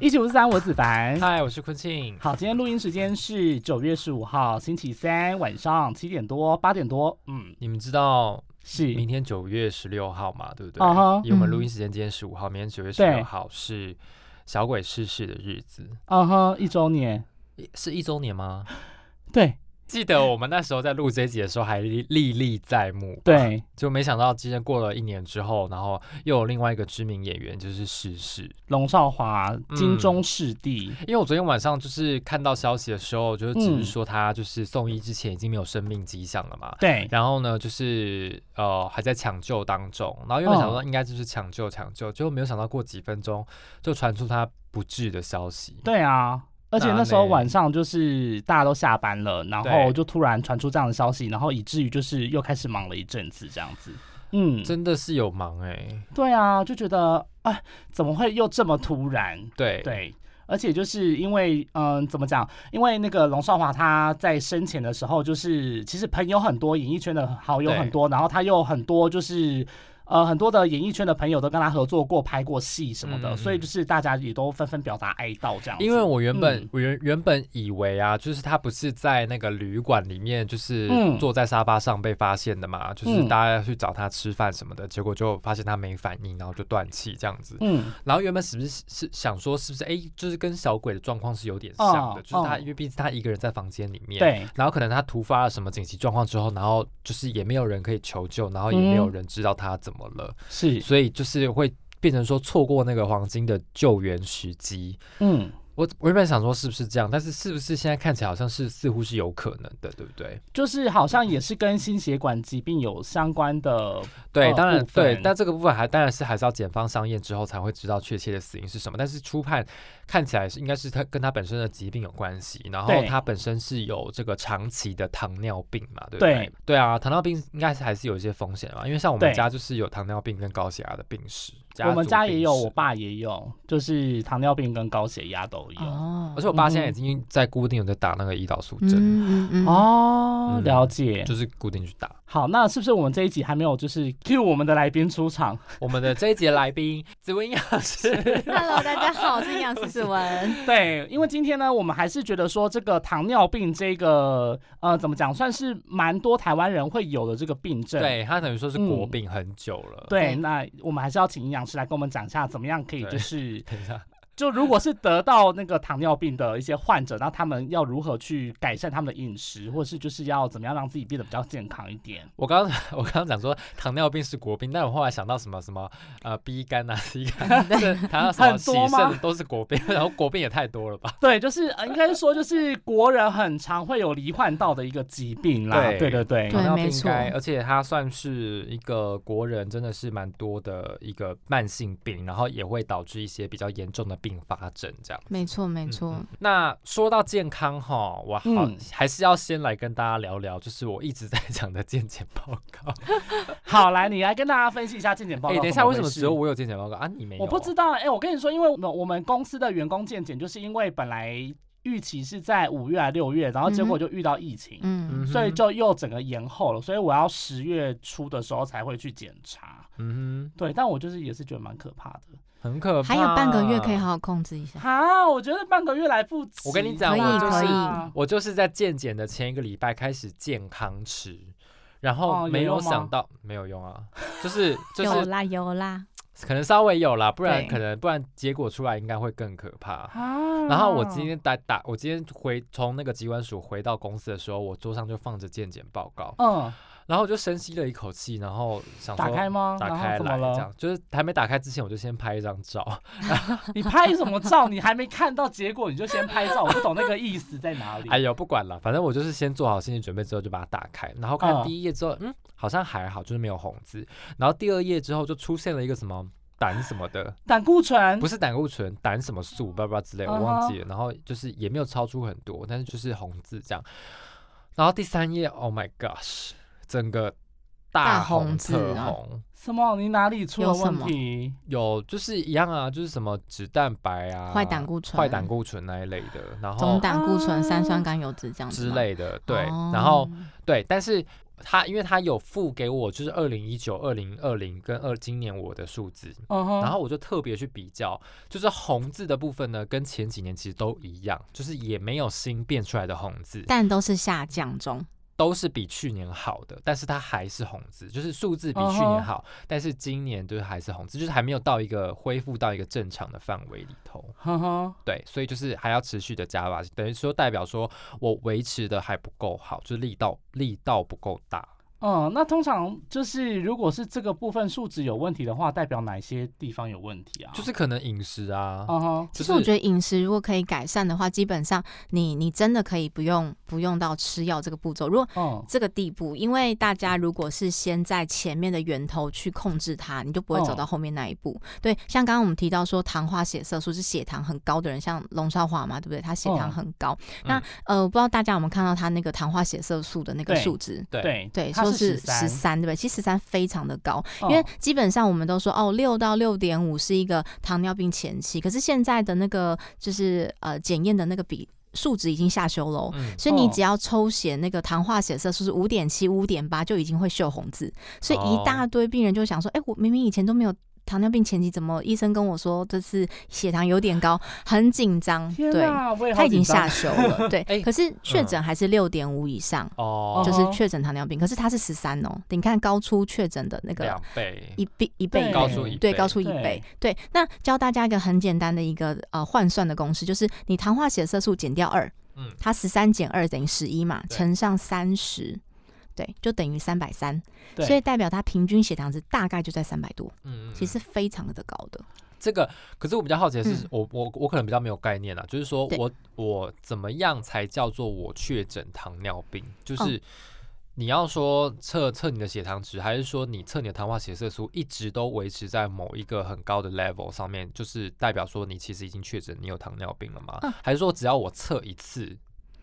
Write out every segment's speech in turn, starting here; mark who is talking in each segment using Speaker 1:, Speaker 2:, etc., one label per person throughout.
Speaker 1: 一起五四三，我子凡。
Speaker 2: 嗨，我是坤庆。
Speaker 1: 好，今天录音时间是九月十五号星期三晚上七点多八点多，嗯，
Speaker 2: 你们知道
Speaker 1: 是
Speaker 2: 明天九月十六号嘛？对不对
Speaker 1: 嗯哼
Speaker 2: 因为我们录音时间今天十五号，明天九月十
Speaker 1: 对
Speaker 2: 六号是小鬼逝世的日子，
Speaker 1: 嗯哼，一周年，
Speaker 2: 一是一周年吗？
Speaker 1: 对
Speaker 2: 记得我们那时候在录这一集的时候还历历历在目，，
Speaker 1: 对，
Speaker 2: 就没想到今天过了一年之后，然后又有另外一个知名演员就是逝世。
Speaker 1: 龙少华金钟视帝，
Speaker 2: 因为我昨天晚上就是看到消息的时候，就是只
Speaker 1: 嗯
Speaker 2: 是说他就是送医之前已经没有生命迹象了嘛，
Speaker 1: 对，
Speaker 2: 然后呢就是呃还在抢救当中，然后原本想
Speaker 1: 哦
Speaker 2: 说应该就是抢救抢救，结果没有想到过几分钟就传出他不治的消息。
Speaker 1: 对啊。而且
Speaker 2: 那
Speaker 1: 那时候
Speaker 2: 嘞
Speaker 1: 晚上就是大家都下班了，然
Speaker 2: 对
Speaker 1: 后就突然传出这样的消息，然后以至于就是又开始忙了一阵子这样子。嗯，
Speaker 2: 真的是有忙哎、
Speaker 1: 对啊，就觉得哎，怎么会又这么突然？
Speaker 2: 对
Speaker 1: 对，而且就是因为，嗯，怎么讲？因为那个龙少华他在生前的时候，就是其实朋友很多，演艺圈的好友
Speaker 2: 对
Speaker 1: 很多，然后他又很多就是。呃，很多的演艺圈的朋友都跟他合作过、拍过戏什么的，
Speaker 2: 嗯嗯
Speaker 1: 所以就是大家也都纷纷表达哀悼这样子。
Speaker 2: 因为我原本、
Speaker 1: 嗯
Speaker 2: 我原原本以为啊，就是他不是在那个旅馆里面，就是
Speaker 1: 嗯
Speaker 2: 坐在沙发上被发现的嘛，就是
Speaker 1: 嗯
Speaker 2: 大家要去找他吃饭什么的，结果就发现他没反应，然后就断气这样子。
Speaker 1: 嗯，
Speaker 2: 然后原本是不是是想说是不是哎，诶就是跟小鬼的状况是有点像的，
Speaker 1: 哦
Speaker 2: 就是他
Speaker 1: 哦
Speaker 2: 因为毕竟他一个人在房间里面，，
Speaker 1: 对，
Speaker 2: 然后可能他突发了什么紧急状况之后，然后就是也没有人可以求救，然后也没有
Speaker 1: 嗯
Speaker 2: 人知道他怎么了，
Speaker 1: 是，
Speaker 2: 所以就是会变成说错过那个黄金的救援时机。
Speaker 1: 嗯，
Speaker 2: 我我原本想说是不是这样，但是是不是现在看起来好像是似乎是有可能的，对不对？
Speaker 1: 就是好像也是跟心血管疾病有相关的，
Speaker 2: 对，
Speaker 1: 哦
Speaker 2: 当然
Speaker 1: 部分
Speaker 2: 对，但这个部分还当然是还是要检方商验之后才会知道确切的死因是什么。但是初判看起来是应该是他跟他本身的疾病有关系，然后
Speaker 1: 对
Speaker 2: 他本身是有这个长期的糖尿病嘛，对不
Speaker 1: 对
Speaker 2: 对？对啊，糖尿病应该是还是有一些风险嘛，因为像我们
Speaker 1: 对
Speaker 2: 家就是有糖尿病跟高血压的病史，
Speaker 1: 我们
Speaker 2: 族
Speaker 1: 家
Speaker 2: 病
Speaker 1: 也有，
Speaker 2: 史
Speaker 1: 我。爸也有，就是糖尿病跟高血压都有。
Speaker 3: 哦
Speaker 2: 而且我爸现在已
Speaker 1: 嗯
Speaker 2: 经在固定有在打那个胰岛素针，
Speaker 3: 嗯嗯嗯
Speaker 1: 哦，
Speaker 2: 嗯
Speaker 1: 了解。
Speaker 2: 就是固定去打。
Speaker 1: 好，那是不是我们这一集还没有就是 cue 我们的来宾出场？
Speaker 2: 我们的这一节来宾，紫薇营养师，
Speaker 3: Hello，大 家好，我是营养师子文。
Speaker 1: 对，因为今天呢，我们还是觉得说这个糖尿病这个呃，怎么讲，算是蛮多台湾人会有的这个病症。
Speaker 2: 对他等于说是国
Speaker 1: 嗯
Speaker 2: 病很久了。
Speaker 1: 对，
Speaker 3: 对
Speaker 1: 那我们还是要请营养师来跟我们讲一下，怎么样可以
Speaker 2: 对
Speaker 1: 就是
Speaker 2: 等一下，
Speaker 1: 就如果是得到那个糖尿病的一些患者，那他们要如何去改善他们的饮食，或是就是要怎么样让自己变得比较健康一点？
Speaker 2: 我刚 我刚刚讲说糖尿病是国病，但我后来想到什么什么呃 B 肝啊 C 肝，这糖尿什么
Speaker 1: 很
Speaker 2: 洗
Speaker 1: 多吗
Speaker 2: 肾的都是国病，然后国病也太多了吧？
Speaker 1: 对，就是呃，应该是说就是国人很常会有罹患到的一个疾病啦。
Speaker 2: 对
Speaker 1: 对对对，
Speaker 3: 对
Speaker 2: 糖尿病
Speaker 3: 没
Speaker 2: 应该，
Speaker 3: 错
Speaker 2: 而且它算是一个国人真的是蛮多的一个慢性病，然后也会导致一些比较严重的并发症这样。
Speaker 3: 没错，没错。
Speaker 2: 嗯那说到健康哈，我好、
Speaker 1: 嗯
Speaker 2: 还是要先来跟大家聊聊，就是我一直在讲的健检报告。
Speaker 1: 好，来你来跟大家分析一下健检报
Speaker 2: 哎、
Speaker 1: 告。
Speaker 2: 等一下，为什么
Speaker 1: 回事
Speaker 2: 只有我有健检报告啊？你没有？
Speaker 1: 我不知道，哎、我跟你说，因为我们我们公司的员工健检，就是因为本来预期是在五月还六月，然后结果
Speaker 3: 嗯哼
Speaker 1: 就遇到疫情，
Speaker 3: 嗯
Speaker 2: 嗯哼
Speaker 1: 所以就又整个延后了，所以我要十月初的时候才会去检查。
Speaker 2: 嗯
Speaker 1: 对，但我就是也是觉得蛮可怕的。
Speaker 2: 哼，很可怕。
Speaker 3: 还有半个月可以好好控制一下。
Speaker 1: 啊，我觉得半个月来不及。
Speaker 2: 我跟你讲
Speaker 3: 可以我就是可以
Speaker 2: 我就是在健检的前一个礼拜开始健康吃，然
Speaker 1: 哦
Speaker 2: 后
Speaker 1: 有
Speaker 2: 没
Speaker 1: 用吗
Speaker 2: 想到、没有用啊， 就是就是
Speaker 3: 有啦有啦，
Speaker 2: 可能稍微有啦，不然
Speaker 3: 对
Speaker 2: 可能不然结果出来应该会更可怕。
Speaker 1: 啊。
Speaker 2: 然后我今天打打，我今天回从那个机关署回到公司的时候，我桌上就放着健检报告，
Speaker 1: 嗯，
Speaker 2: 然后我就深吸了一口气，然后想说
Speaker 1: 打开吗？
Speaker 2: 打
Speaker 1: 然后
Speaker 2: 开
Speaker 1: 怎
Speaker 2: 来
Speaker 1: 么
Speaker 2: 这
Speaker 1: 了？
Speaker 2: 样，就是还没打开之前我就先拍一张照，
Speaker 1: 你拍什么照？你还没看到结果你就先拍照，我不懂那个意思在哪里。
Speaker 2: 哎呦，不管了，反正我就是先做好心理准备之后就把它打开，然后看
Speaker 1: 嗯
Speaker 2: 第一页之后，嗯，好像还好，就是没有红字。然后第二页之后就出现了一个什么胆什么
Speaker 3: 嗯
Speaker 2: 的，
Speaker 1: 胆固醇
Speaker 2: 不是胆固醇，胆什么素，叭叭之类，我忘记了。然后就是也没有超出很多，但是就是红字这样。然后第三页，Oh my gosh！整个
Speaker 3: 大红
Speaker 2: 红
Speaker 3: 字
Speaker 2: 特
Speaker 3: 啊
Speaker 2: 红。
Speaker 1: 什么？你哪里出了
Speaker 3: 有什
Speaker 1: 问
Speaker 3: 么
Speaker 1: 题？
Speaker 2: 有就是一样啊，就是什么脂蛋白啊、
Speaker 3: 坏胆固醇
Speaker 2: 坏胆固醇那一类的，然
Speaker 3: 总
Speaker 2: 后
Speaker 3: 胆固醇、
Speaker 1: 啊
Speaker 3: 三酸甘油脂这样子
Speaker 2: 之
Speaker 3: 吗，
Speaker 2: 类的，对，
Speaker 3: 哦
Speaker 2: 然后对，但是他因为他有付给我就是二零一九、二零二零跟二今年我的数字，
Speaker 1: 嗯哼，
Speaker 2: 然后我就特别去比较，就是红字的部分呢，跟前几年其实都一样，就是也没有新变出来的红字，
Speaker 3: 但都是下降中，
Speaker 2: 都是比去年好的，但是它还是红字，就是数字比去
Speaker 1: 嗯哼
Speaker 2: 年好但是今年就是还是红字，就是还没有到一个恢复到一个正常的范围里头。
Speaker 1: 哼哼，
Speaker 2: 对，所以就是还要持续的加吧，等于说代表说我维持的还不够好，就是力道力道不够大。
Speaker 1: 嗯，那通常就是如果是这个部分数值有问题的话，代表哪些地方有问题啊？
Speaker 2: 就是可能饮食啊，
Speaker 1: 嗯
Speaker 2: 就
Speaker 1: 哼，
Speaker 3: 哦其实我
Speaker 2: 是
Speaker 3: 觉得饮食如果可以改善的话，基本上你你真的可以不用不用到吃药这个步骤。如果
Speaker 1: 嗯，
Speaker 3: 这个地步，因为大家如果是先在前面的源头去控制它，你就不会走
Speaker 1: 哦
Speaker 3: 到后面那一步。对，像刚刚我们提到说糖化血色素是血糖很高的人，像龙少华嘛，对不对？他血
Speaker 1: 哦
Speaker 3: 糖很高。那、
Speaker 2: 嗯
Speaker 3: 呃，不知道大家有没有看到他那个糖化血色素的那个
Speaker 1: 对
Speaker 3: 数值？
Speaker 2: 对
Speaker 1: 对
Speaker 3: 对，
Speaker 1: 它是
Speaker 3: 说是十
Speaker 1: 13，
Speaker 3: 三，对不对？其实十三非常的高，
Speaker 1: 嗯
Speaker 3: 因为基本上我们都说哦，六到六点五是一个糖尿病前期，可是现在的那个就是呃检验的那个比数值已经下修喽。
Speaker 2: 嗯
Speaker 3: 所以你
Speaker 1: 哦
Speaker 3: 只要抽血，那个糖化血色素是五点七、五点八就已经会秀红字，所以
Speaker 1: 哦
Speaker 3: 一大堆病人就想说，哎、我明明以前都没有糖尿病前期，怎么医生跟我说这次血糖有点高，很紧张，
Speaker 1: 天
Speaker 3: 对，
Speaker 1: 哪，我也
Speaker 3: 他
Speaker 1: 好
Speaker 3: 已经
Speaker 1: 紧张
Speaker 3: 下修 了，对，
Speaker 2: 哎
Speaker 3: 可是确诊还是六点五以上，
Speaker 2: 哦
Speaker 3: 就
Speaker 1: 嗯
Speaker 3: 是
Speaker 1: 哼
Speaker 3: 确诊糖尿病，可是它是十三哦，你看高出确诊的那个
Speaker 2: 两倍，
Speaker 3: 一倍一倍
Speaker 1: 对
Speaker 3: 以内
Speaker 2: 高出一
Speaker 3: 对，
Speaker 2: 倍
Speaker 3: 高出一
Speaker 1: 对
Speaker 3: 倍。对，那教大家一个很简单的一个呃换算的公式，就是你糖化血色素减掉二，
Speaker 2: 嗯
Speaker 3: 它十三减二等于十一嘛，
Speaker 2: 对
Speaker 3: 乘上三十。对，就等于三百三，
Speaker 1: 对
Speaker 3: 所以代表它平均血糖值大概就在三百多，
Speaker 2: 嗯嗯
Speaker 3: 其实非常的高的。
Speaker 2: 这个，可是我比较好奇的是，
Speaker 3: 嗯
Speaker 2: 我我我可能比较没有概念啦，啊就是说
Speaker 3: 对
Speaker 2: 我我怎么样才叫做我确诊糖尿病？
Speaker 3: 哦
Speaker 2: 就是你要说测测你的血糖值，还是说你测你的糖化血色素一直都维持在某一个很高的 level 上面，就是代表说你其实已经确诊你有糖尿病了吗？
Speaker 3: 嗯
Speaker 2: 还是说只要我测一次，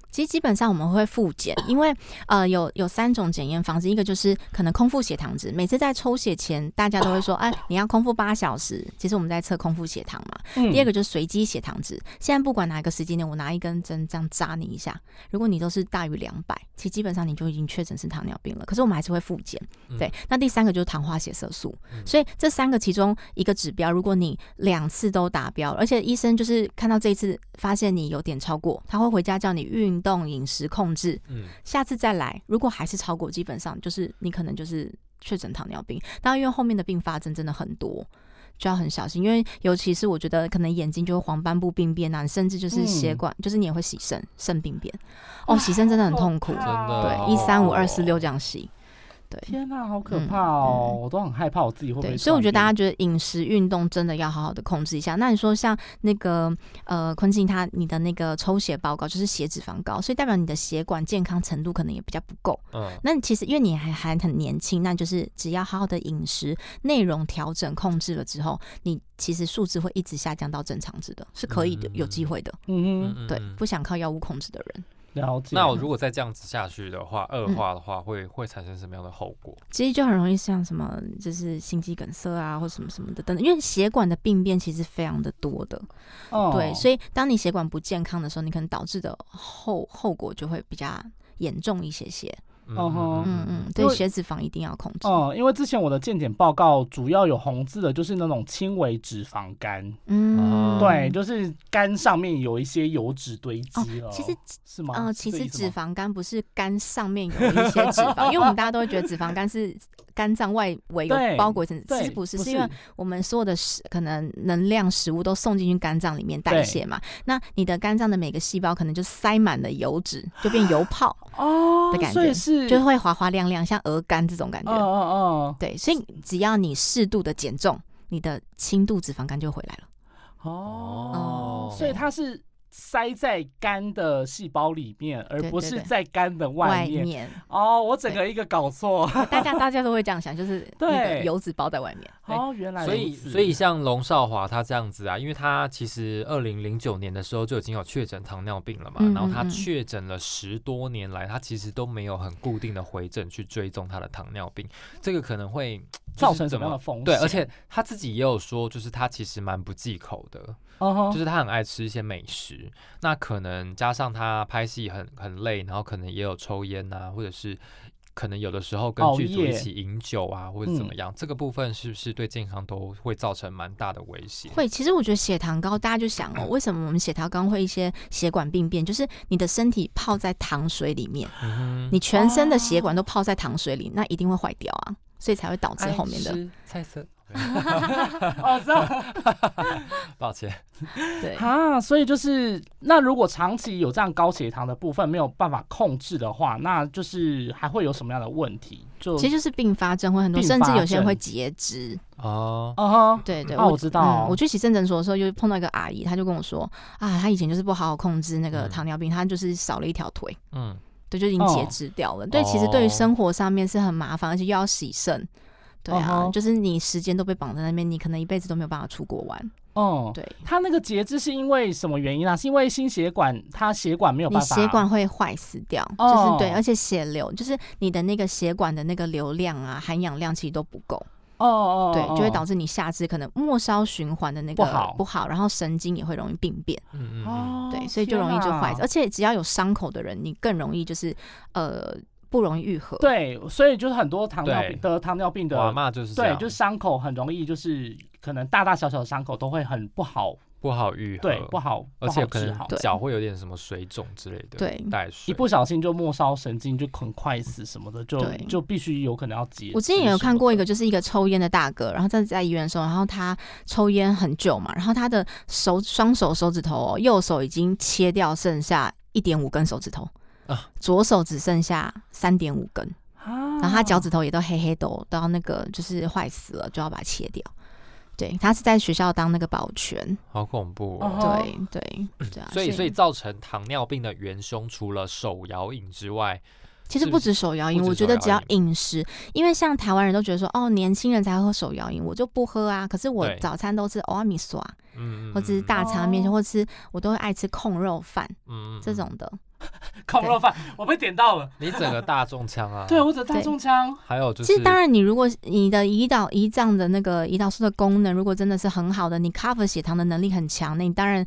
Speaker 3: 其实基本上我们会复检，因为呃有有三种检验方式，一个就是可能空腹血糖值，每次在抽血前大家都会说，哎，你要空腹八小时，其实我们在测空腹血糖嘛。
Speaker 1: 嗯
Speaker 3: 第二个就是随机血糖值，现在不管哪一个时间点，我拿一根针这样扎你一下，如果你都是大于两百，其实基本上你就已经确诊是糖尿病了。可是我们还是会复检，对。那第三个就是糖化血色素，
Speaker 2: 嗯
Speaker 3: 所以这三个其中一个指标，如果你两次都达标，而且医生就是看到这一次发现你有点超过，他会回家叫你运动、饮食控制，
Speaker 2: 嗯，
Speaker 3: 下次再来。如果还是超过，基本上就是你可能就是确诊糖尿病。当然，因为后面的并发症真的很多。就要很小心，因为尤其是我觉得可能眼睛就会黄斑部病变啊，甚至就是血管，就是你也会洗肾肾病变。哦，洗肾真的很痛苦，
Speaker 2: 真的哦
Speaker 3: 对，一三五二四六这样洗。对，
Speaker 1: 天哪，好可
Speaker 3: 嗯
Speaker 1: 怕哦！
Speaker 3: 嗯
Speaker 1: 我都很害怕我自己会不会
Speaker 3: 对，
Speaker 1: 生病。
Speaker 3: 所以我觉得大家觉得饮食、运动真的要好好的控制一下。那你说像那个呃，昆汀他你的那个抽血报告就是血脂肪高，所以代表你的血管健康程度可能也比较不够。
Speaker 2: 嗯
Speaker 3: 那你其实因为你还还很年轻，那就是只要好好的饮食内容调整控制了之后，你其实数值会一直下降到正常值的，是可以的，
Speaker 2: 嗯
Speaker 3: 有机会的。
Speaker 2: 嗯
Speaker 1: 嗯
Speaker 2: 嗯，
Speaker 3: 对
Speaker 2: 嗯，
Speaker 3: 不想靠药物控制的人，
Speaker 1: 了解。
Speaker 2: 那我如果再这样子下去的话，恶化的
Speaker 3: 嗯
Speaker 2: 话，会会产生什么样的后果？
Speaker 3: 其实就很容易像什么就是心肌梗塞啊，或什么什么的等等，因为血管的病变其实非常的多的。
Speaker 1: 哦
Speaker 3: 对，所以当你血管不健康的时候，你可能导致的后后果就会比较严重一些些。
Speaker 2: 嗯
Speaker 1: 哦吼
Speaker 3: 嗯嗯，
Speaker 1: 因
Speaker 3: 对，
Speaker 1: 为
Speaker 3: 血脂肪一定要控制。
Speaker 1: 哦、因为之前我的健检报告主要有红字的，就是那种轻微脂肪肝，
Speaker 3: 嗯，
Speaker 1: 对，。就是肝上面有一些油脂堆积了、
Speaker 3: 哦其实，
Speaker 1: 是吗？
Speaker 3: 呃，
Speaker 1: 是
Speaker 3: 其
Speaker 1: 这
Speaker 3: 实
Speaker 1: 意思
Speaker 3: 脂
Speaker 1: 吗
Speaker 3: 肪肝不是肝上面有一些脂肪，因为我们大家都会觉得脂肪肝是肝脏外围有
Speaker 1: 对
Speaker 3: 包裹一层，其
Speaker 1: 对
Speaker 3: 实不是，
Speaker 1: 不
Speaker 3: 是因为我们所有的食可能能量食物都送进去肝脏里面代
Speaker 1: 对
Speaker 3: 谢嘛，那你的肝脏的每个细胞可能就塞满了油脂，就变 油泡，
Speaker 1: 哦
Speaker 3: 的感
Speaker 1: 所以
Speaker 3: 觉
Speaker 1: 是
Speaker 3: 就会滑滑亮亮，像鹅肝这种感觉。
Speaker 1: 嗯嗯
Speaker 3: 对，所以只要你适度的减重，你的轻度脂肪肝就回来了。
Speaker 1: 嗯，哦，
Speaker 2: 哦
Speaker 1: 所以它是塞在肝的细胞里面，而
Speaker 3: 对
Speaker 1: 不
Speaker 3: 对
Speaker 1: 是
Speaker 3: 对
Speaker 1: 在肝的外
Speaker 3: 外
Speaker 1: 面。
Speaker 3: 面，
Speaker 1: 哦，我整个一个搞错。
Speaker 3: 大家大家都会这样想，就是那个
Speaker 1: 对
Speaker 3: 油脂包在外面。
Speaker 2: 哎
Speaker 1: 哦，原来
Speaker 2: 所以，
Speaker 1: 如此
Speaker 2: 所以像龙少华他这样子啊，因为他其实二零零九年的时候就已经有确诊糖尿病了嘛，
Speaker 3: 嗯
Speaker 2: 然后他
Speaker 3: 嗯嗯
Speaker 2: 确诊了十多年来，他其实都没有很固定的回诊去追踪他的糖尿病，这个可能会就是
Speaker 1: 造成什
Speaker 2: 怎
Speaker 1: 么样
Speaker 2: 么？
Speaker 1: 的风险？
Speaker 2: 对，而且他自己也有说，就是他其实蛮不忌口的，
Speaker 1: 嗯哼，
Speaker 2: 就是他很爱吃一些美食。那可能加上他拍戏很很累，然后可能也有抽烟啊，或者是可能有的时候跟
Speaker 1: 熬
Speaker 2: 剧组一
Speaker 1: 夜
Speaker 2: 起饮酒啊，或者怎
Speaker 1: 嗯
Speaker 2: 么样，这个部分是不是对健康都会造成蛮大的威胁？
Speaker 3: 会，其实我觉得血糖高，大家就想
Speaker 1: 嗯
Speaker 3: 哦，为什么我们血糖高会一些血管病变？就是你的身体泡在糖水里面，
Speaker 2: 嗯哼，
Speaker 3: 你全身的
Speaker 1: 哦
Speaker 3: 血管都泡在糖水里，那一定会坏掉啊，所以才会导
Speaker 1: 哎
Speaker 3: 致后面
Speaker 2: 爱
Speaker 3: 的
Speaker 2: 吃菜色，
Speaker 1: 哦， 这样
Speaker 2: 抱歉，
Speaker 3: 对。
Speaker 1: 啊，所以就是那如果长期有这样高血糖的部分没有办法控制的话，那就是还会有什么样的问题？就
Speaker 3: 其实就是并发症会很多，
Speaker 1: 并
Speaker 3: 甚至
Speaker 1: 发
Speaker 3: 有些人会
Speaker 1: 症
Speaker 3: 截肢。
Speaker 2: 哦，
Speaker 1: 嗯哼，
Speaker 3: 对对，
Speaker 1: 啊我知道
Speaker 3: 嗯我去洗肾诊所的时候，就碰到一个阿姨，她就跟我说啊，她以前就是不好好控制那个
Speaker 2: 嗯
Speaker 3: 糖尿病，她就是少了一条腿，
Speaker 2: 嗯，
Speaker 3: 对，就已经截
Speaker 1: 哦
Speaker 3: 肢掉了。对，其实对于
Speaker 2: 哦
Speaker 3: 生活上面是很麻烦，而且又要洗肾。对啊
Speaker 1: 嗯哼
Speaker 3: 就是你时间都被绑在那边，你可能一辈子都没有办法出国玩。
Speaker 1: 嗯，
Speaker 3: 对，
Speaker 1: 它那个截肢是因为什么原因啊？是因为心血管它血管没有
Speaker 3: 你
Speaker 1: 办法，
Speaker 3: 血管会坏死掉，就是对，
Speaker 1: 哦
Speaker 3: 而且血流就是你的那个血管的那个流量啊、含氧量其实都不够，
Speaker 1: 哦哦，
Speaker 3: 对，就会
Speaker 1: 致
Speaker 3: 导致你下肢可能末梢循环的那个
Speaker 1: 不好
Speaker 3: 然后神经也会容易病变，
Speaker 2: 嗯嗯嗯，
Speaker 1: 哦，
Speaker 3: 对，所以就容易就坏死，
Speaker 1: 天哪
Speaker 3: 而且只要有伤口的人，你更容易就是呃不容易愈合。
Speaker 1: 对，所以就是很多糖尿病
Speaker 2: 对
Speaker 1: 得糖尿病
Speaker 2: 我阿
Speaker 1: 的，
Speaker 2: 嬷就是这
Speaker 1: 对，
Speaker 2: 样，
Speaker 1: 就是伤口很容易就是可能大大小小的伤口都会很不好，
Speaker 2: 不好愈合，
Speaker 1: 对，不好，
Speaker 2: 呃而
Speaker 1: 不好
Speaker 2: 且可
Speaker 1: 治
Speaker 2: 能
Speaker 1: 好。
Speaker 3: 对
Speaker 2: 脚会有点什么水肿之类的，
Speaker 3: 对
Speaker 2: 带水，
Speaker 1: 一不小心就末梢神经就很快死什么的，就
Speaker 3: 对
Speaker 1: 就必须有可能要截。
Speaker 3: 我之前也有看过一个，，就是一个抽烟的大哥，然后在在医院的时候，然后他抽烟很久嘛，然后他的手双手手指头、哦，右手已经切掉剩下一点五根手指头，
Speaker 2: 啊
Speaker 3: 左手只剩下三点五根，
Speaker 1: 啊、
Speaker 3: 然后他脚趾头也都黑黑的哦，都要那个就是坏死了，就要把它切掉。对，他是在学校当那个保全，
Speaker 2: 好恐怖
Speaker 1: 嗯
Speaker 2: 哦。
Speaker 1: 哼
Speaker 3: 对对对啊，
Speaker 2: 所以，所以造成糖尿病的元凶，除了手摇饮之外，
Speaker 3: 其
Speaker 2: 是
Speaker 3: 实不
Speaker 2: 不是
Speaker 3: 止手摇饮，
Speaker 2: 不止
Speaker 3: 我觉得
Speaker 2: 手摇
Speaker 3: 只要
Speaker 2: 饮
Speaker 3: 饮食，因为像台湾人都觉得说，哦，年轻人才会喝手摇饮，我就不喝啊。可是我
Speaker 2: 对
Speaker 3: 早餐都吃欧阿米索啊，
Speaker 2: 嗯，嗯
Speaker 3: 或者
Speaker 2: 嗯
Speaker 3: 是大肠面线，
Speaker 1: 哦
Speaker 3: 或者是我都会爱吃控肉饭
Speaker 2: 嗯嗯
Speaker 3: 这
Speaker 2: 嗯
Speaker 3: 种的。
Speaker 1: 烤肉饭，我被点到了。，
Speaker 2: 你整个大中枪啊
Speaker 1: 对，我只大中枪，
Speaker 2: 还有就
Speaker 3: 其
Speaker 2: 是
Speaker 3: 实当然，你如果你的胰岛胰脏的那个胰岛素的功能，如果真的是很好的，你 cover 血糖的能力很强，那你当然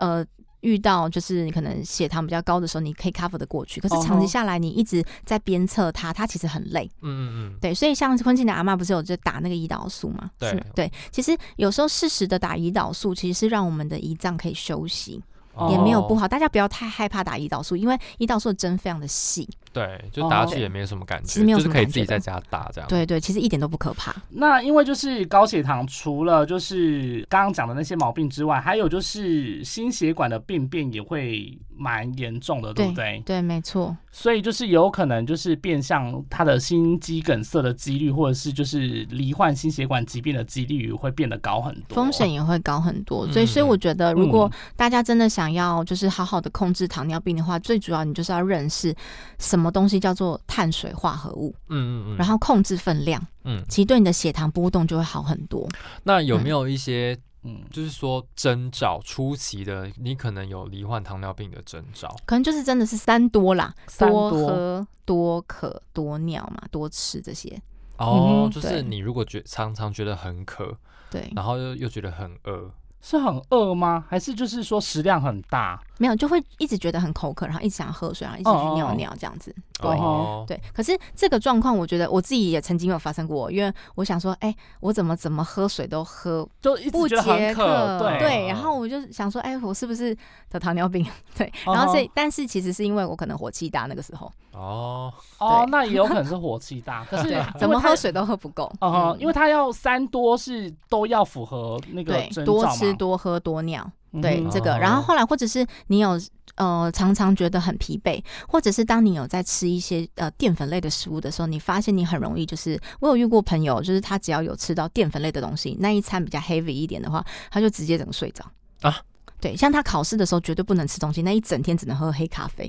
Speaker 3: 呃。遇到就是你可能血糖比较高的时候，你可以 cover 的过去。可是长
Speaker 1: 哦
Speaker 3: 期
Speaker 1: 吼
Speaker 3: 下来，你一直在鞭策它，它其实很累。
Speaker 2: 嗯嗯嗯，
Speaker 3: 对，所以像昆庆的阿嬷不是有就打那个胰岛素嘛？
Speaker 2: 对
Speaker 3: 是吗对，其实有时候适时的打胰岛素，其实是让我们的胰脏可以休息，也没有不
Speaker 2: 好。
Speaker 3: 好。大家不要太害怕打胰岛素，因为胰岛素的针非常的细。
Speaker 2: 对，就打下
Speaker 1: 哦
Speaker 2: 去也没有什么感觉，
Speaker 3: 其实没有
Speaker 2: 就是
Speaker 3: 什么
Speaker 2: 可以
Speaker 3: 感
Speaker 2: 自己
Speaker 3: 觉
Speaker 2: 在
Speaker 3: 的
Speaker 2: 家打这样。
Speaker 3: 对对，其实一点都不可怕。
Speaker 1: 那因为就是高血糖，除了就是刚刚讲的那些毛病之外，还有就是心血管的病变也会蛮严重的，对不对？
Speaker 3: 对，没错。
Speaker 1: 所以就是有可能就是变相他的心肌梗塞的几率，或者是就是罹患心血管疾病的几率会变得高很多，啊嗯
Speaker 3: 风险也会高很多，所以所以我觉得，如果大家真的想要就是好好的控制糖尿病的话，最主要你就是要认识什么东西叫做碳水化合物，
Speaker 2: 嗯嗯嗯。
Speaker 3: 然后控制分量，
Speaker 2: 嗯，
Speaker 3: 其实对你的血糖波动就会好很多。
Speaker 2: 那有没有一些
Speaker 1: 嗯，
Speaker 2: 就是说征兆初期的，你可能有罹患糖尿病的征兆？
Speaker 3: 可能就是真的是三多啦，
Speaker 1: 三多
Speaker 3: 喝、多渴、多尿嘛，多吃这些。
Speaker 2: 哦，
Speaker 1: 嗯哼
Speaker 2: 就是
Speaker 3: 对
Speaker 2: 你如果觉常常觉得很渴，
Speaker 3: 对，
Speaker 2: 然后又又觉得很饿，
Speaker 1: 是很饿吗？还是就是说食量很大？
Speaker 3: 没有就会一直觉得很口渴，然后一直想喝水，然后一直去尿尿这样子。对
Speaker 2: 哦，
Speaker 3: 对，可是这个状况，我觉得我自己也曾经有发生过，因为我想说，哎、我怎么怎么喝水都喝
Speaker 1: 就一
Speaker 3: 不
Speaker 1: 直觉得很
Speaker 3: 解渴，
Speaker 1: 对嗯
Speaker 3: 对，然后我就想说，哎、我是不是得糖尿病？ 对，然后所以
Speaker 1: 哦，
Speaker 3: 但是其实是因为我可能火气大，那个时候，
Speaker 2: 哦，
Speaker 1: 哦
Speaker 3: 对，
Speaker 1: 那也有 可能是火气大，可是
Speaker 3: 对
Speaker 1: 啊因为，
Speaker 3: 怎么
Speaker 1: 它
Speaker 3: 喝？水都喝不够，
Speaker 1: 哦、
Speaker 3: 嗯
Speaker 1: 因为它要三多是都要符合那个
Speaker 3: 对
Speaker 1: 征兆
Speaker 3: 多
Speaker 1: 嘛
Speaker 3: 吃、多喝、多尿。对
Speaker 1: 嗯哼
Speaker 3: 这个，然后后来或者是你有呃常常觉得很疲惫，或者是当你有在吃一些呃淀粉类的食物的时候，你发现你很容易就是，我有遇过朋友，就是他只要有吃到淀粉类的东西，那一餐比较 heavy 一点的话，他就直接整个睡着
Speaker 2: 啊。
Speaker 3: 对，像他考试的时候绝对不能吃东西，那一整天只能喝黑咖啡，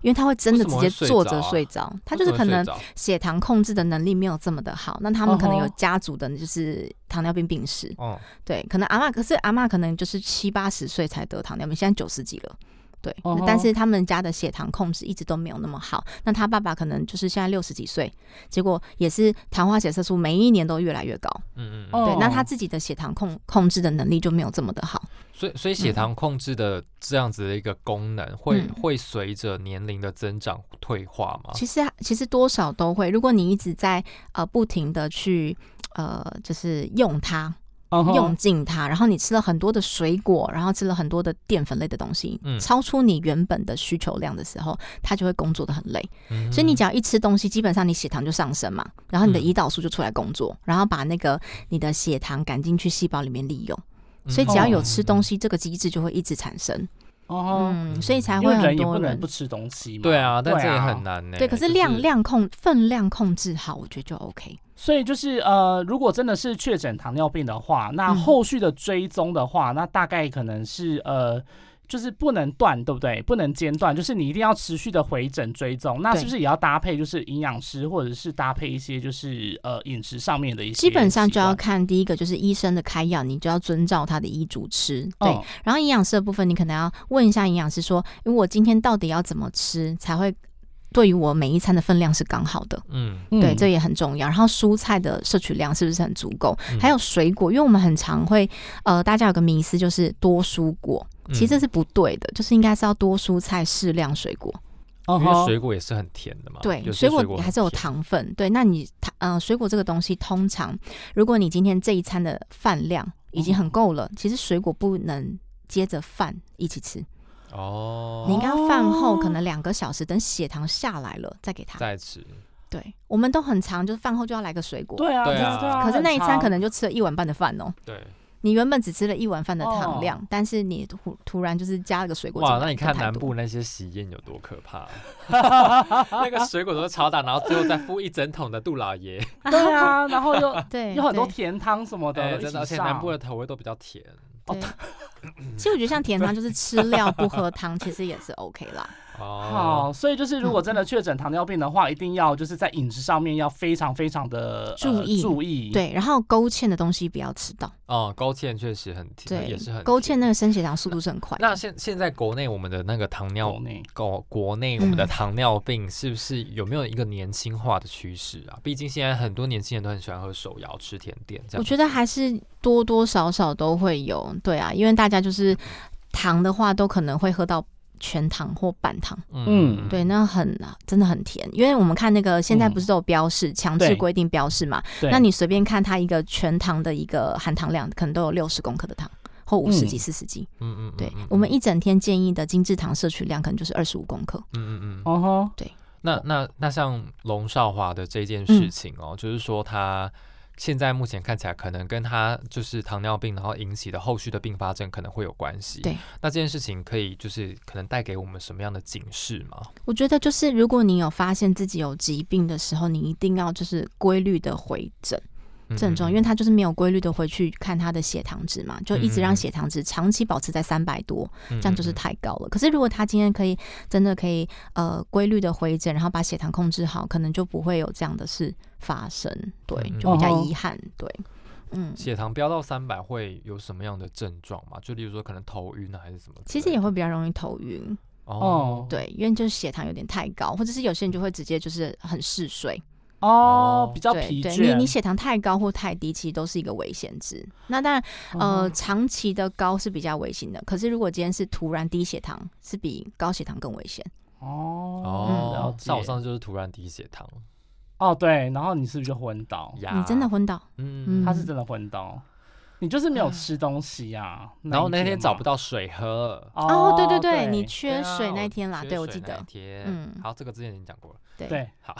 Speaker 3: 因为他会真
Speaker 2: 为
Speaker 3: 的
Speaker 2: 什
Speaker 3: 直
Speaker 2: 么
Speaker 3: 接
Speaker 2: 会睡
Speaker 3: 坐着
Speaker 2: 着啊
Speaker 3: 睡着。他就是
Speaker 2: 为
Speaker 3: 可
Speaker 2: 什么
Speaker 3: 能
Speaker 2: 会睡着
Speaker 3: 血糖控制的能力没有这么的好，那他们可能
Speaker 1: 哦吼
Speaker 3: 有家族的就是糖尿病病史。
Speaker 2: 哦，
Speaker 3: 对，可能阿嬷，可是阿嬷可能就是七八十岁才得糖尿病，现在九十几了。对，
Speaker 1: 哦
Speaker 3: 那但是他们家的血糖控制一直都没有那么好。那他爸爸可能就是现在六十几岁，结果也是糖化血色素每一年都越来越高。
Speaker 2: 嗯嗯嗯，
Speaker 1: 哦
Speaker 3: 对，那他自己的血糖控控制的能力就没有这么的好。
Speaker 2: 所以所以血糖控制的这样子的一个功
Speaker 3: 嗯
Speaker 2: 能，会会随着年龄的增长退化吗？
Speaker 3: 其实啊其实多少都会，如果你一直在呃不停的去呃就是用它，
Speaker 1: 嗯哼
Speaker 3: 用尽它，然后你吃了很多的水果，然后吃了很多的淀粉类的东西，
Speaker 2: 嗯
Speaker 3: 超出你原本的需求量的时候，它就会工作的很累。
Speaker 2: 嗯
Speaker 3: 所以你只要一吃东西，基本上你血糖就上升嘛，然后你的
Speaker 2: 嗯
Speaker 3: 胰岛素就出来工作，然后把那个你的血糖赶进去细胞里面利用。
Speaker 2: 嗯
Speaker 3: 所以只要有吃东，西，这个机制就会一直产生。
Speaker 1: 嗯哼
Speaker 3: 嗯，所以才
Speaker 1: 因为人
Speaker 3: 会很
Speaker 1: 也不
Speaker 3: 多
Speaker 1: 能
Speaker 3: 人
Speaker 1: 不吃欸东西
Speaker 2: 嗯
Speaker 1: 嘛。
Speaker 2: 对啊，但
Speaker 1: 对
Speaker 2: 这也很难呢。
Speaker 3: 对，可是
Speaker 2: 就
Speaker 3: 量量控分量控制好，我觉得就 OK。
Speaker 1: 所以就是呃，如果真的是确诊糖尿病的话，那
Speaker 3: 嗯
Speaker 1: 后续的追踪的话，那大概可能是呃，就是不能断，对不对？不能间断，就是你一定要持续的回诊追踪。那
Speaker 3: 对
Speaker 1: 是不是也要搭配就是营养师，或者是搭配一些就是呃饮食上面的一些习
Speaker 3: 基
Speaker 1: 惯？
Speaker 3: 本上就要看第一个就是医生的开药，你就要遵照他的医嘱吃。对，
Speaker 1: 嗯
Speaker 3: 然后营养师的部分，你可能要问一下营养师说，因为我今天到底要怎么吃才会对于我每一餐的分量是刚好的？
Speaker 2: 嗯，
Speaker 3: 对，
Speaker 1: 嗯
Speaker 3: 这也很重要。然后蔬菜的摄取量是不是很足够？
Speaker 2: 嗯
Speaker 3: 还有水果，因为我们很常会，呃，大家有个迷思就是多蔬果，
Speaker 2: 嗯
Speaker 3: 其实这是不对的，就是应该是要多蔬菜，适量水果。
Speaker 1: 嗯
Speaker 2: 因为
Speaker 1: 哼
Speaker 2: 水果也是很甜的嘛，
Speaker 3: 哦对，
Speaker 2: 啊有些
Speaker 3: 水
Speaker 2: 水
Speaker 3: 果
Speaker 2: 果
Speaker 3: 也
Speaker 2: 很
Speaker 3: 还是有
Speaker 2: 甜，
Speaker 3: 糖分。对，那你糖呃，水果这个东西，通常如果你今天这一餐的饭量已经很够了，其实水果不能接着饭一起吃，
Speaker 2: 哦，
Speaker 3: 你应该要饭后
Speaker 1: 哦
Speaker 3: 可能两个小时，等血糖下来了再给他。
Speaker 2: 再吃，
Speaker 3: 对，我们都很常就是饭后就要来个水果，
Speaker 1: 对啊，
Speaker 2: 对
Speaker 1: 对
Speaker 2: 啊
Speaker 1: 啊。
Speaker 3: 可是那一
Speaker 1: 很
Speaker 3: 餐
Speaker 1: 常
Speaker 3: 可能就吃了一碗半的饭哦、
Speaker 2: 对，
Speaker 3: 你原本只吃了一碗饭的糖
Speaker 1: 哦
Speaker 3: 量，但是你突突然就是加了个水果进来，
Speaker 2: 哇，那你看
Speaker 3: 就太
Speaker 2: 南
Speaker 3: 多
Speaker 2: 部那些喜宴有多可怕、啊 那个水果都是超大，然后最后再敷一整桶的杜老爷，
Speaker 1: 对啊，然后又
Speaker 3: 对
Speaker 1: 有很多
Speaker 3: 对
Speaker 1: 甜汤什么
Speaker 2: 对，
Speaker 1: 的，
Speaker 2: 哎真的，
Speaker 1: 一
Speaker 2: 而
Speaker 1: 起
Speaker 2: 且
Speaker 1: 上
Speaker 2: 南部的口味都比较甜。
Speaker 1: 哦
Speaker 3: 对，其实我觉得像甜汤就是吃料不喝汤，其实也是 OK 啦。
Speaker 2: 哦，
Speaker 1: 好，所以就是如果真的确诊糖尿病的 话，一定要就是在饮食上面要非常非常的、呃
Speaker 3: 注意
Speaker 1: 注意。，
Speaker 3: 对，然后勾芡的东西不要吃到，
Speaker 2: 哦，勾芡确实很甜，
Speaker 3: 对
Speaker 2: 也是很，
Speaker 3: 勾芡
Speaker 2: 的。
Speaker 3: 那个升血糖速度是很快的。
Speaker 2: 那现现在国内我们的那个糖尿
Speaker 1: 国内
Speaker 2: 国国内我们的
Speaker 3: 嗯
Speaker 2: 糖尿病是不是有没有一个年轻化的趋势啊？毕竟现在很多年轻人都很喜欢喝手摇、吃甜点，这样
Speaker 3: 我觉得还是多多少少都会有，对啊，因为大家就是糖的话，都可能会喝到全糖或半糖，
Speaker 1: 嗯
Speaker 3: 对，那很真的很甜。因为我们看那个现在不是都有标示，强制
Speaker 1: 对
Speaker 3: 规定标示嘛，
Speaker 1: 对
Speaker 3: 那你随便看它一个全糖的一个含糖量，可能都有六十公克的糖。或五十几、
Speaker 1: 嗯
Speaker 3: 四十几，
Speaker 2: 嗯嗯，嗯
Speaker 3: 对
Speaker 2: 嗯
Speaker 3: 我们一整天建议的精制糖摄取量可能就是二十五公克。
Speaker 2: 嗯嗯嗯，
Speaker 1: 哦吼，
Speaker 2: 那那那像龙少华的这件
Speaker 3: 嗯
Speaker 2: 事情哦，就是说他现在目前看起来可能跟他就是糖尿病，然后引起的后续的并发症可能会有关系。
Speaker 3: 对，
Speaker 2: 那这件事情可以就是可能带给我们什么样的警示吗？
Speaker 3: 我觉得就是，如果你有发现自己有疾病的时候，你一定要就是规律的回诊，
Speaker 2: 嗯
Speaker 3: 这很重要，因为他就是没有规律的回去看他的血糖值嘛，就一
Speaker 2: 嗯
Speaker 3: 直
Speaker 2: 嗯
Speaker 3: 让
Speaker 2: 嗯
Speaker 3: 血糖值长期保持在三百多，
Speaker 2: 嗯
Speaker 3: 这样就是。太高了。可是如果他今天可以真的可以呃规律的回诊，然后把血糖控制好，可能就不会有这样的事发生，对
Speaker 2: 嗯，嗯
Speaker 3: 就比较
Speaker 1: 哦
Speaker 3: 遗憾，对，嗯。
Speaker 2: 血糖飙到三百会有什么样的症状吗？就例如说可能头晕啊，还是什么之类的？
Speaker 3: 其实也会比较容易头晕，
Speaker 2: 哦，
Speaker 3: 对，因为就是血糖有点太高，或者是有些人就会直接就是很嗜睡，
Speaker 1: 哦，比较
Speaker 3: 对
Speaker 1: 疲
Speaker 3: 对，
Speaker 1: 倦。
Speaker 3: 你你血糖太高或太低，其实都是一个危险值。那当然，呃，
Speaker 1: 哦
Speaker 3: 长期的高是比较危险的，可是如果今天是突然低血糖，是比高血糖更危险。嗯
Speaker 1: 哦
Speaker 2: 哦
Speaker 1: 了，解
Speaker 2: 像我上次就是突然低血糖
Speaker 1: 哦对，然后你是不是就昏倒？
Speaker 2: 呀，
Speaker 3: 你真的昏倒，
Speaker 2: 嗯，
Speaker 1: 他是真的昏倒，你就是没有吃东西啊。
Speaker 2: 然后那天找不
Speaker 1: 到
Speaker 2: 到水喝，
Speaker 3: 哦，对对
Speaker 1: 对，
Speaker 3: 你
Speaker 2: 对
Speaker 3: 缺
Speaker 2: 啊
Speaker 3: 水那天啦，
Speaker 2: 缺
Speaker 3: 对我
Speaker 2: 水
Speaker 3: 记
Speaker 2: 那
Speaker 3: 得
Speaker 2: 一，天，
Speaker 3: 嗯
Speaker 2: 好，这个之前已经讲过了。
Speaker 3: 对，
Speaker 1: 对
Speaker 2: 好，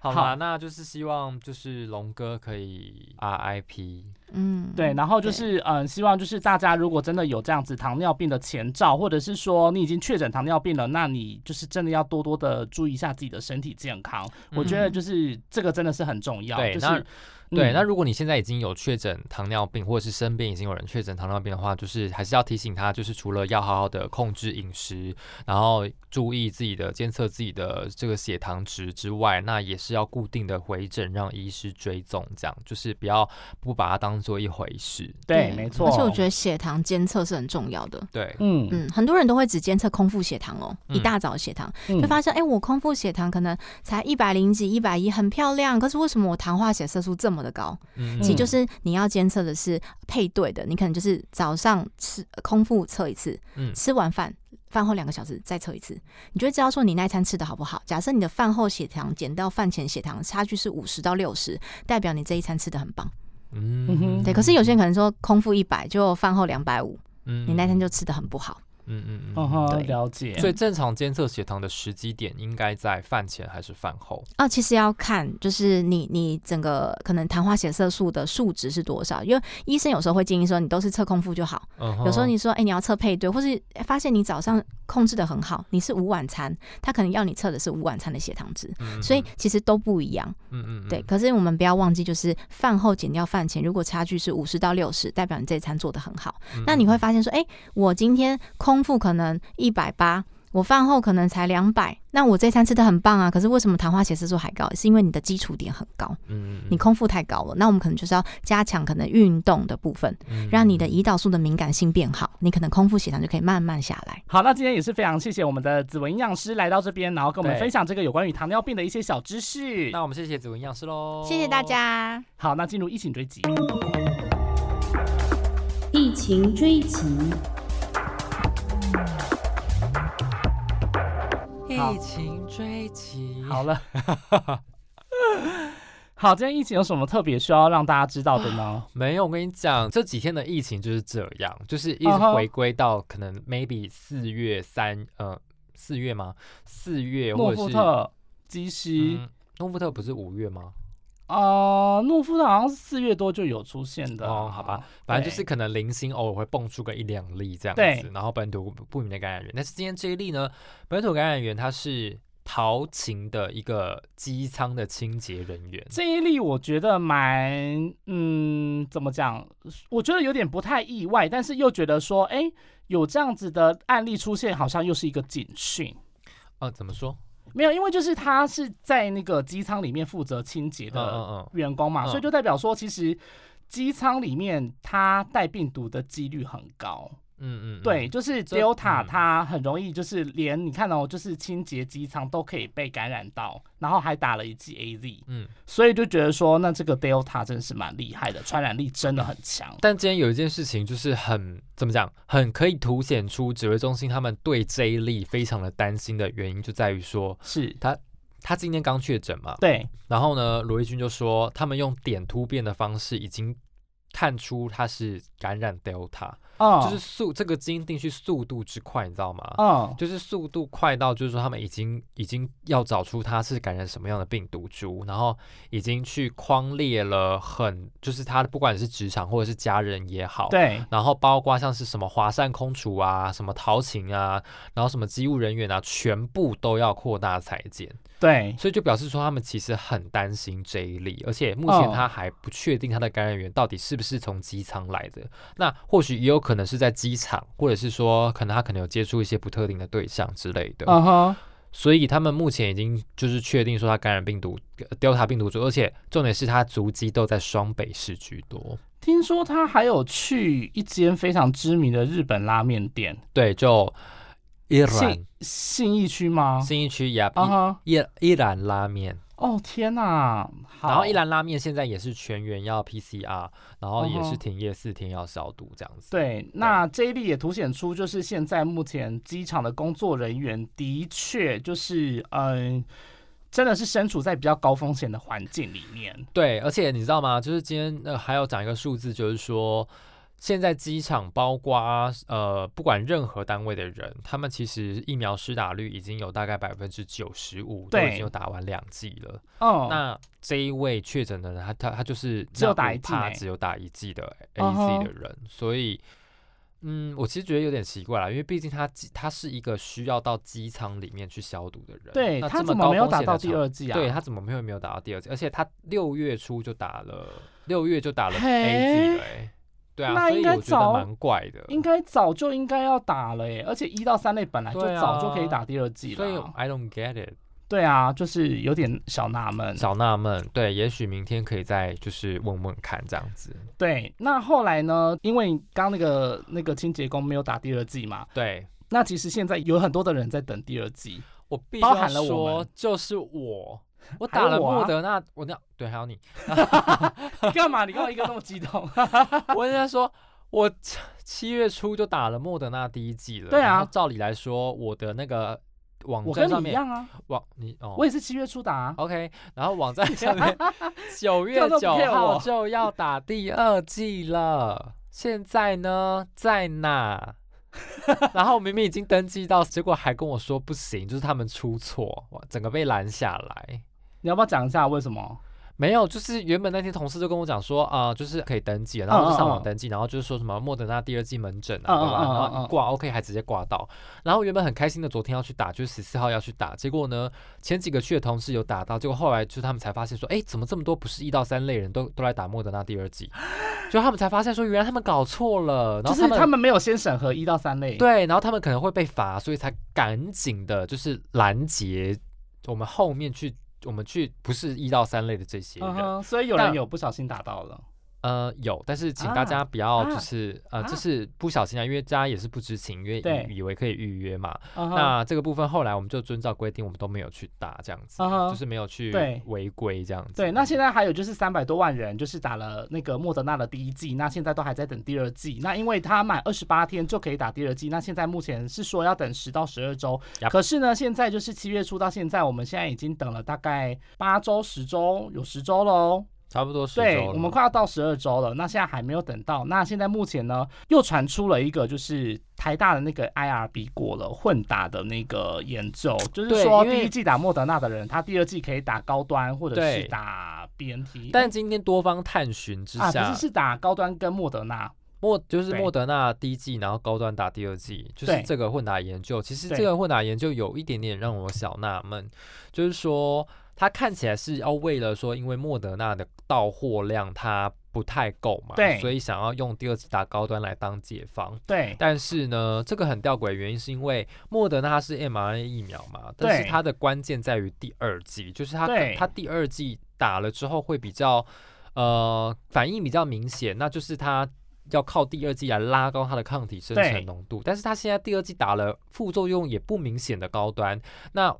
Speaker 2: 好啦，那就是希望就是龙哥可以 RIP，
Speaker 3: 嗯，
Speaker 1: 对，
Speaker 2: 啊
Speaker 1: 然后就是嗯、呃希望就是大家如果真的有这样子糖尿病的前兆，或者是说你已经确诊糖尿病了，那你就是真的要多多的注意一下自己的身体健康。我觉得
Speaker 3: 嗯
Speaker 1: 就是这个真的是很重要。
Speaker 2: 对
Speaker 1: 就是
Speaker 2: 那对，
Speaker 1: 嗯
Speaker 2: 那如果你现在已经有确诊糖尿病，或者是身边已经有人确诊糖尿病的话，就是还是要提醒他，就是除了要好好的控制饮食，然后注意自己的监测自己的这个血糖值之外，那也是要固定的回诊，让医师追踪，这样就是不要不把它当做一回事。嗯
Speaker 1: 对，没错。
Speaker 3: 而且我觉得血糖监测是很重要的。
Speaker 2: 对，
Speaker 1: 嗯
Speaker 3: 嗯，很多人都会只监测空腹血糖哦，
Speaker 2: 嗯
Speaker 3: 一大早血糖
Speaker 1: 嗯
Speaker 3: 就发现，哎、我空腹血糖可能才一百零几、一百一，很漂亮，可是为什么我糖化血色素这么的高？
Speaker 2: 嗯
Speaker 3: 其实
Speaker 1: 嗯
Speaker 3: 就是你要监测的是配对的，你可能就是早上吃空腹测一次，
Speaker 2: 嗯
Speaker 3: 吃完饭饭后两个小时再测一次，你就会知道说你那一餐吃的好不好。假设你的饭后血糖减到饭前血糖差距是五十到六十，代表你这一餐吃的很棒。
Speaker 1: 嗯
Speaker 2: 嗯
Speaker 1: 哼
Speaker 3: 对，可是有些人可能说空腹一百，就饭后两百五，
Speaker 2: 嗯
Speaker 3: 你那天就吃的很不好。
Speaker 2: 嗯嗯嗯
Speaker 1: 嗯
Speaker 2: 嗯
Speaker 1: 哼
Speaker 3: 对，
Speaker 1: 了解。
Speaker 2: 所以正常监测血糖的时机点应该在饭前还是饭后？
Speaker 3: 哦，其实要看，就是你你整个可能糖化血色素的数值是多少，因为医生有时候会建议说你都是测空腹就好，
Speaker 2: 嗯哼
Speaker 3: 有时候你说，哎、你要测配对，或是哎发现你早上控制的很好，你是无晚餐，他可能要你测的是无晚餐的血糖值，
Speaker 2: 嗯嗯
Speaker 3: 所以其实都不一样。
Speaker 2: 嗯嗯嗯
Speaker 3: 对，可是我们不要忘记，就是饭后减掉饭前，如果差距是五十到六十，代表你这一餐做的很好。
Speaker 2: 嗯
Speaker 3: 那你会发现说，哎、我今天空腹可能一百八。我饭后可能才两百，那我这一餐吃的很棒啊，可是为什么糖化血色素还高？是因为你的基础点很高，
Speaker 2: 嗯嗯嗯
Speaker 3: 你空腹太高了。那我们可能就是要加强可能运动的部分，
Speaker 2: 嗯
Speaker 3: 让你的胰岛素的敏感性变好，你可能空腹血糖就可以慢慢下来。
Speaker 1: 好，那今天也是非常谢谢我们的子文营养师来到这边，然后跟我们
Speaker 2: 对
Speaker 1: 分享这个有关于糖尿病的一些小知识。
Speaker 2: 那我们谢谢子文营养师喽，
Speaker 3: 谢谢大。家。
Speaker 1: 好，那进入疫情追击。
Speaker 2: 嗯
Speaker 4: 疫情追击，
Speaker 1: 好
Speaker 2: 疫情追击，
Speaker 1: 好了， 好，今天疫情有什么特别需要让大家知道的呢？
Speaker 2: 没有，我跟你讲，这几天的疫情就是这样，就是一直
Speaker 1: 嗯哼
Speaker 2: 回归到可能 maybe 四月三，呃，四月吗？四月
Speaker 1: 诺
Speaker 2: 或者
Speaker 1: 富
Speaker 2: 是
Speaker 1: 特、基西，
Speaker 2: 嗯诺富特不是五月吗？
Speaker 1: 呃，诺富特好像是四月多就有出现的。
Speaker 2: 哦好吧，反正
Speaker 1: 对
Speaker 2: 就是可能零星偶尔会蹦出个一两例这样子
Speaker 1: 对，
Speaker 2: 然后本土不明的感染源。但是今天这一例呢，本土感染源他是陶琴的一个机舱的清洁人员，
Speaker 1: 这一例我觉得蛮，嗯，怎么讲？我觉得有点不太意外，但是又觉得说，哎、有这样子的案例出现，好像又是一个警讯。
Speaker 2: 呃，怎么说？
Speaker 1: 没有，因为就是他是在那个机舱里面负责清洁
Speaker 2: 嗯
Speaker 1: 的
Speaker 2: 嗯
Speaker 1: 员工嘛，
Speaker 2: 嗯
Speaker 1: 所以就代表说，其实机舱里面他带病毒的几率很高。
Speaker 2: 嗯嗯嗯，
Speaker 1: 对，就是
Speaker 2: 这
Speaker 1: Delta
Speaker 2: 嗯
Speaker 1: 它很容易，就是连你看哦，就是清洁机舱都可以被感染到，然后还打了一剂 AZ，
Speaker 2: 嗯。
Speaker 1: 所以就觉得说，那这个 Delta 真的是蛮厉害的，传染力真的很强。
Speaker 2: 但今天有一件事情，就是很怎么讲，很可以凸显出指挥中心他们对这一例非常的担心的原因，就在于说
Speaker 1: 是，
Speaker 2: 他今天刚确诊嘛，
Speaker 1: 对，
Speaker 2: 然后呢，罗毅军就说他们用点突变的方式已经看出他是感染 Delta，、
Speaker 1: 嗯，
Speaker 2: 就是速这个基因定序速度之快，你知道吗？
Speaker 1: 嗯，
Speaker 2: 就是速度快到，就是说他们已经已经要找出它是感染什么样的病毒株，然后已经去框列了很，就是他不管是职场或者是家人也好，
Speaker 1: 对，
Speaker 2: 然后包括像是什么华山空厨啊、什么陶琴啊，然后什么机务人员啊，全部都要扩大裁剪，
Speaker 1: 对，
Speaker 2: 所以就表示说他们其实很担心这一例，而且目前
Speaker 1: 哦
Speaker 2: 他还不确定他的感染源到底是不是从机舱来的，那或许也有可能是在机场，或者是说可能他可能有接触一些不特定的对象之类的，
Speaker 1: 嗯哼，
Speaker 2: 所以他们目前已经就是确定说他感染病毒呃 Delta 病毒株，而且重点是他足迹都在双北市居多，
Speaker 1: 听说他还有去一间非常知名的日本拉面店，
Speaker 2: 对，就依然
Speaker 1: 信。哦信义区吗？
Speaker 2: 新一区也
Speaker 1: 啊哈，
Speaker 2: 依依然拉面，
Speaker 1: 哦天哪，好
Speaker 2: 然后依然拉面现在也是全员要 PCR，然后也
Speaker 1: 嗯
Speaker 2: 是
Speaker 1: 哼
Speaker 2: 停业四天要消毒这样子。，
Speaker 1: 对，那这一例也凸显出，就是现在目前机场的工作人员的确就是，嗯、真的是身处在比较高风险的环境里面。
Speaker 2: 对，而且你知道吗？就是今天呃还有讲一个数字，就是说现在机场包括呃，不管任何单位的人，他们其实疫苗施打率已经有大概百分之九十五，都已
Speaker 1: 对
Speaker 2: 经有打完两剂了。
Speaker 1: 嗯，
Speaker 2: 那这一位确诊的人，他他他就是
Speaker 1: 只有打一剂
Speaker 2: 他
Speaker 1: 呢
Speaker 2: 只有打一剂的哎 A
Speaker 1: 嗯
Speaker 2: Z
Speaker 1: 哼
Speaker 2: 的人所以。嗯，我其实觉得有点奇怪啦，因为毕竟他机他是一个需要到机舱里面去消毒的人，
Speaker 1: 对
Speaker 2: 那
Speaker 1: 他
Speaker 2: 这
Speaker 1: 怎
Speaker 2: 么
Speaker 1: 么
Speaker 2: 高
Speaker 1: 没有
Speaker 2: 风
Speaker 1: 打
Speaker 2: 险的
Speaker 1: 到第
Speaker 2: 场
Speaker 1: 二季啊？
Speaker 2: 对他怎么没有没有打到第二季？而且他六月初就打了，六月就打了
Speaker 1: 嘿
Speaker 2: A 季了、欸，对啊，
Speaker 1: 那
Speaker 2: 所以
Speaker 1: 应该
Speaker 2: 我觉得
Speaker 1: 早
Speaker 2: 蛮怪的。
Speaker 1: 应该早就应该要打了耶，而且一到三类本来就
Speaker 2: 对啊
Speaker 1: 早就可以打第二季
Speaker 2: 所以
Speaker 1: 了。啊
Speaker 2: I don't get it，
Speaker 1: 对啊，就是有点小纳闷。
Speaker 2: 小纳闷。对，也许明天可以再就是问问看这样子。
Speaker 1: 对，那后来呢？因为刚那个那个清洁工没有打第二季嘛，
Speaker 2: 对
Speaker 1: 那其实现在有很多的人在等第二 季。
Speaker 2: 我必须要
Speaker 1: 包含了我
Speaker 2: 说
Speaker 1: 们，
Speaker 2: 就是我，我
Speaker 1: 还
Speaker 2: 打
Speaker 1: 有
Speaker 2: 了
Speaker 1: 我啊
Speaker 2: 莫德纳，我那对还有你，
Speaker 1: 你干嘛？你干嘛一个那么激动？
Speaker 2: 我跟他说我七七月初就打了莫德纳第一季了。
Speaker 1: 对啊
Speaker 2: 然后照理来说，我的那个网
Speaker 1: 我
Speaker 2: 站
Speaker 1: 跟
Speaker 2: 上
Speaker 1: 你一
Speaker 2: 面，
Speaker 1: 样啊，
Speaker 2: 网你哦，
Speaker 1: 我也是七月初打啊。
Speaker 2: OK，然后网站上 面九月
Speaker 1: 这样都不
Speaker 2: 九
Speaker 1: care
Speaker 2: 号
Speaker 1: 我
Speaker 2: 就要打第二季了，现在呢在哪？ 然后明明已经登记到，结果还跟我说不行，就是他们出错，哇，整个被拦下来。
Speaker 1: 你要不要讲一下为什么？
Speaker 2: 没有，就是原本那天同事就跟我讲说，啊、就是可以登记了，然后我就上网登记，然后就是说什么莫德纳第二季门诊啊，
Speaker 1: 嗯嗯嗯
Speaker 2: 对吧？
Speaker 1: 嗯嗯
Speaker 2: 然后一挂 OK 还直接挂到，然后原本很开心的，昨天要去打，就是十四号要去打，结果呢，前几个去的同事有打到，结果后来就是他们才发现说，哎，怎么这么多不是一到三类人都都来打莫德纳第二季，就他们才发现说，原来他们搞错了，然
Speaker 1: 就
Speaker 2: 后
Speaker 1: 是
Speaker 2: 们。
Speaker 1: 他们没有先审核一到三类。嗯
Speaker 2: 对，然后他们可能会被罚，所以才赶紧的，就是拦截我们后面去，我们去不是一到三类的这些人
Speaker 1: 嗯，哼，所以有人
Speaker 2: 但
Speaker 1: 有不小心打到了。
Speaker 2: 呃，有，但是请
Speaker 1: 啊
Speaker 2: 大家不要就
Speaker 1: 啊
Speaker 2: 是、呃，
Speaker 1: 啊
Speaker 2: 就是不小心啊，因为大家也是不知情，因为
Speaker 1: 对
Speaker 2: 以以为可以预约嘛。
Speaker 1: 嗯哼
Speaker 2: 那这个部分后来我们就遵照规定，我们都没有去打这样子，
Speaker 1: 嗯哼
Speaker 2: 就是没有去
Speaker 1: 对
Speaker 2: 违规这样子。
Speaker 1: 对，那现在还有就是三百多万人，就是打了那个莫德纳的第一剂，那现在都还在等第二剂。那因为他满二十八天就可以打第二剂，那现在目前是说要等十到十二周。
Speaker 2: Yup
Speaker 1: 可是呢，现在就是七月初到现在，我们现在已经等了大概八周、十周，有十周喽。
Speaker 2: 差不多十
Speaker 1: 对
Speaker 2: 周，
Speaker 1: 我们
Speaker 2: 了
Speaker 1: 快要到十二周了，那现在还没有等到。那现在目前呢，又传出了一个就是台大的那个 IRB 过了混打的那个研究，就是
Speaker 2: 对
Speaker 1: 说
Speaker 2: 因
Speaker 1: 第
Speaker 2: 为
Speaker 1: 一季打莫德纳的人，他第二季可以打高端或者是
Speaker 2: 对
Speaker 1: 打 BNT，
Speaker 2: 但今天多方探寻之
Speaker 1: 啊
Speaker 2: 下，
Speaker 1: 不是是打高端跟莫德纳，
Speaker 2: 莫就是
Speaker 1: 对
Speaker 2: 莫德纳第一季，然后高端打第二季，就是
Speaker 1: 对
Speaker 2: 这个混打研究。其实
Speaker 1: 对
Speaker 2: 这个混打研究有一点点让我小纳闷，就是说它看起来是要为了说，因为莫德纳的到货量它不太够嘛，
Speaker 1: 对
Speaker 2: 所以想要用第二季打高端来当解放。
Speaker 1: 对
Speaker 2: 但是呢，这个很吊诡，原因是因为莫德纳它是 mRNA 疫苗嘛，但
Speaker 1: 对
Speaker 2: 是它的关键在于第二剂，就是它
Speaker 1: 对
Speaker 2: 它第二剂打了之后会比较呃反应比较明显，那就是它。要靠第二剂来拉高它的抗体生
Speaker 1: 对
Speaker 2: 成浓度，但是它现在第二剂打了，副作用也不明显的高端。那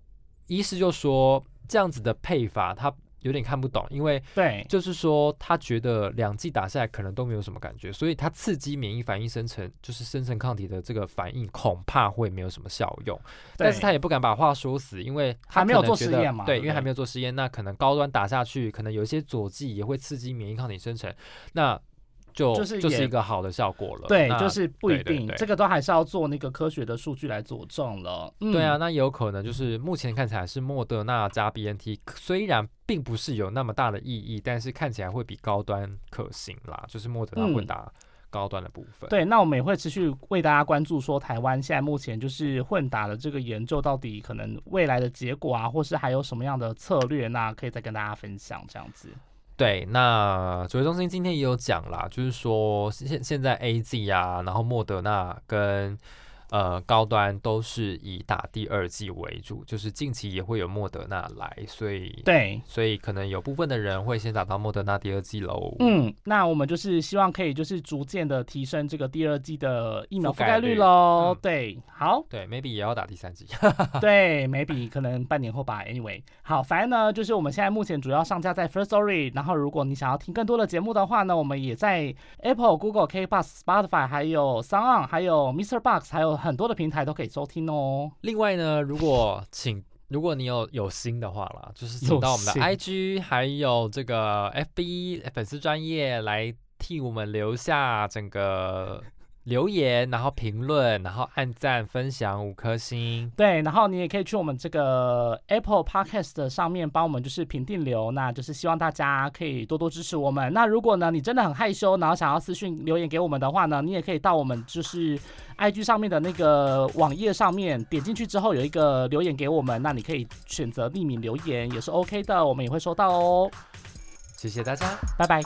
Speaker 2: 医师就说这样子的配法，他有点看不懂，因为
Speaker 1: 对
Speaker 2: 就是说，他觉得两剂打下来可能都没有什么感觉，所以他刺激免疫反应生成，就是生成抗体的这个反应恐怕会没有什么效用。但是他也不敢把话说死，因为他
Speaker 1: 还没有
Speaker 2: 可能
Speaker 1: 做
Speaker 2: 觉
Speaker 1: 实
Speaker 2: 得
Speaker 1: 验嘛对
Speaker 2: 对，
Speaker 1: 不
Speaker 2: 因为还
Speaker 1: 对
Speaker 2: 没有做实验，那可能高端打下去，可能有一些佐剂也会刺激免疫抗体生成，那就
Speaker 1: 就是也
Speaker 2: 一个好的效果了。
Speaker 1: 对
Speaker 2: 那
Speaker 1: 就是不一
Speaker 2: 对对
Speaker 1: 定，
Speaker 2: 对
Speaker 1: 这个都还是要做那个科学的数据来佐证了。嗯
Speaker 2: 对啊，，那也有可能就是目前看起来是莫德纳加 BNT，虽然并不是有那么大的意义，但是看起来会比高端可行啦，就是莫德纳
Speaker 1: 嗯
Speaker 2: 混打高端的部分。
Speaker 1: 对，那我们也会持续为大家关注，说台湾现在目前就是混打的这个研究到底可能未来的结果啊，或是还有什么样的策略，那可以再跟大家分享这样子。
Speaker 2: 对，那指挥中心今天也有讲啦，就是说现现在 A Z 啊，然后莫德纳跟呃高端都是以打第二剂为主，就是近期也会有莫德纳来，所以
Speaker 1: 对，
Speaker 2: 所以可能有部分的人会先打到莫德纳第二剂喽。
Speaker 1: 嗯，那我们就是希望可以就是逐渐的提升这个第二季的疫苗覆
Speaker 2: 覆盖
Speaker 1: 盖
Speaker 2: 率
Speaker 1: 率喽。
Speaker 2: 嗯
Speaker 1: 对，好，
Speaker 2: 对，maybe 也要打第三剂。
Speaker 1: 对，maybe 可能半年后吧。Anyway，好，反正呢，就是我们现在目前主要上架在 First Story。然后，如果你想要听更多的节目的话呢，我们也在 Apple、Google、K Bus、Spotify、还有 s o n g 还有 Mr. Box，还有很多的平台都可以收听哦。
Speaker 2: 另外呢，如果请如果你有有心的话啦，就是
Speaker 1: 有
Speaker 2: 请到我们的
Speaker 1: 心
Speaker 2: IG 还有这个 FB 粉丝专业来。替我们留下整个留言，然后评论，然后按赞、分享五颗星。
Speaker 1: 对，然后你也可以去我们这个 Apple Podcast 上面帮我们就是评定流，那就是希望大家可以多多支持我们。那如果呢你真的很害羞，然后想要私讯留言给我们的话呢，你也可以到我们就是 IG 上面的那个网页上面点进去之后有一个留言给我们，那你可以选择匿名留言也是 OK 的，我们也会收到哦。
Speaker 2: 谢谢大家。
Speaker 1: 拜拜。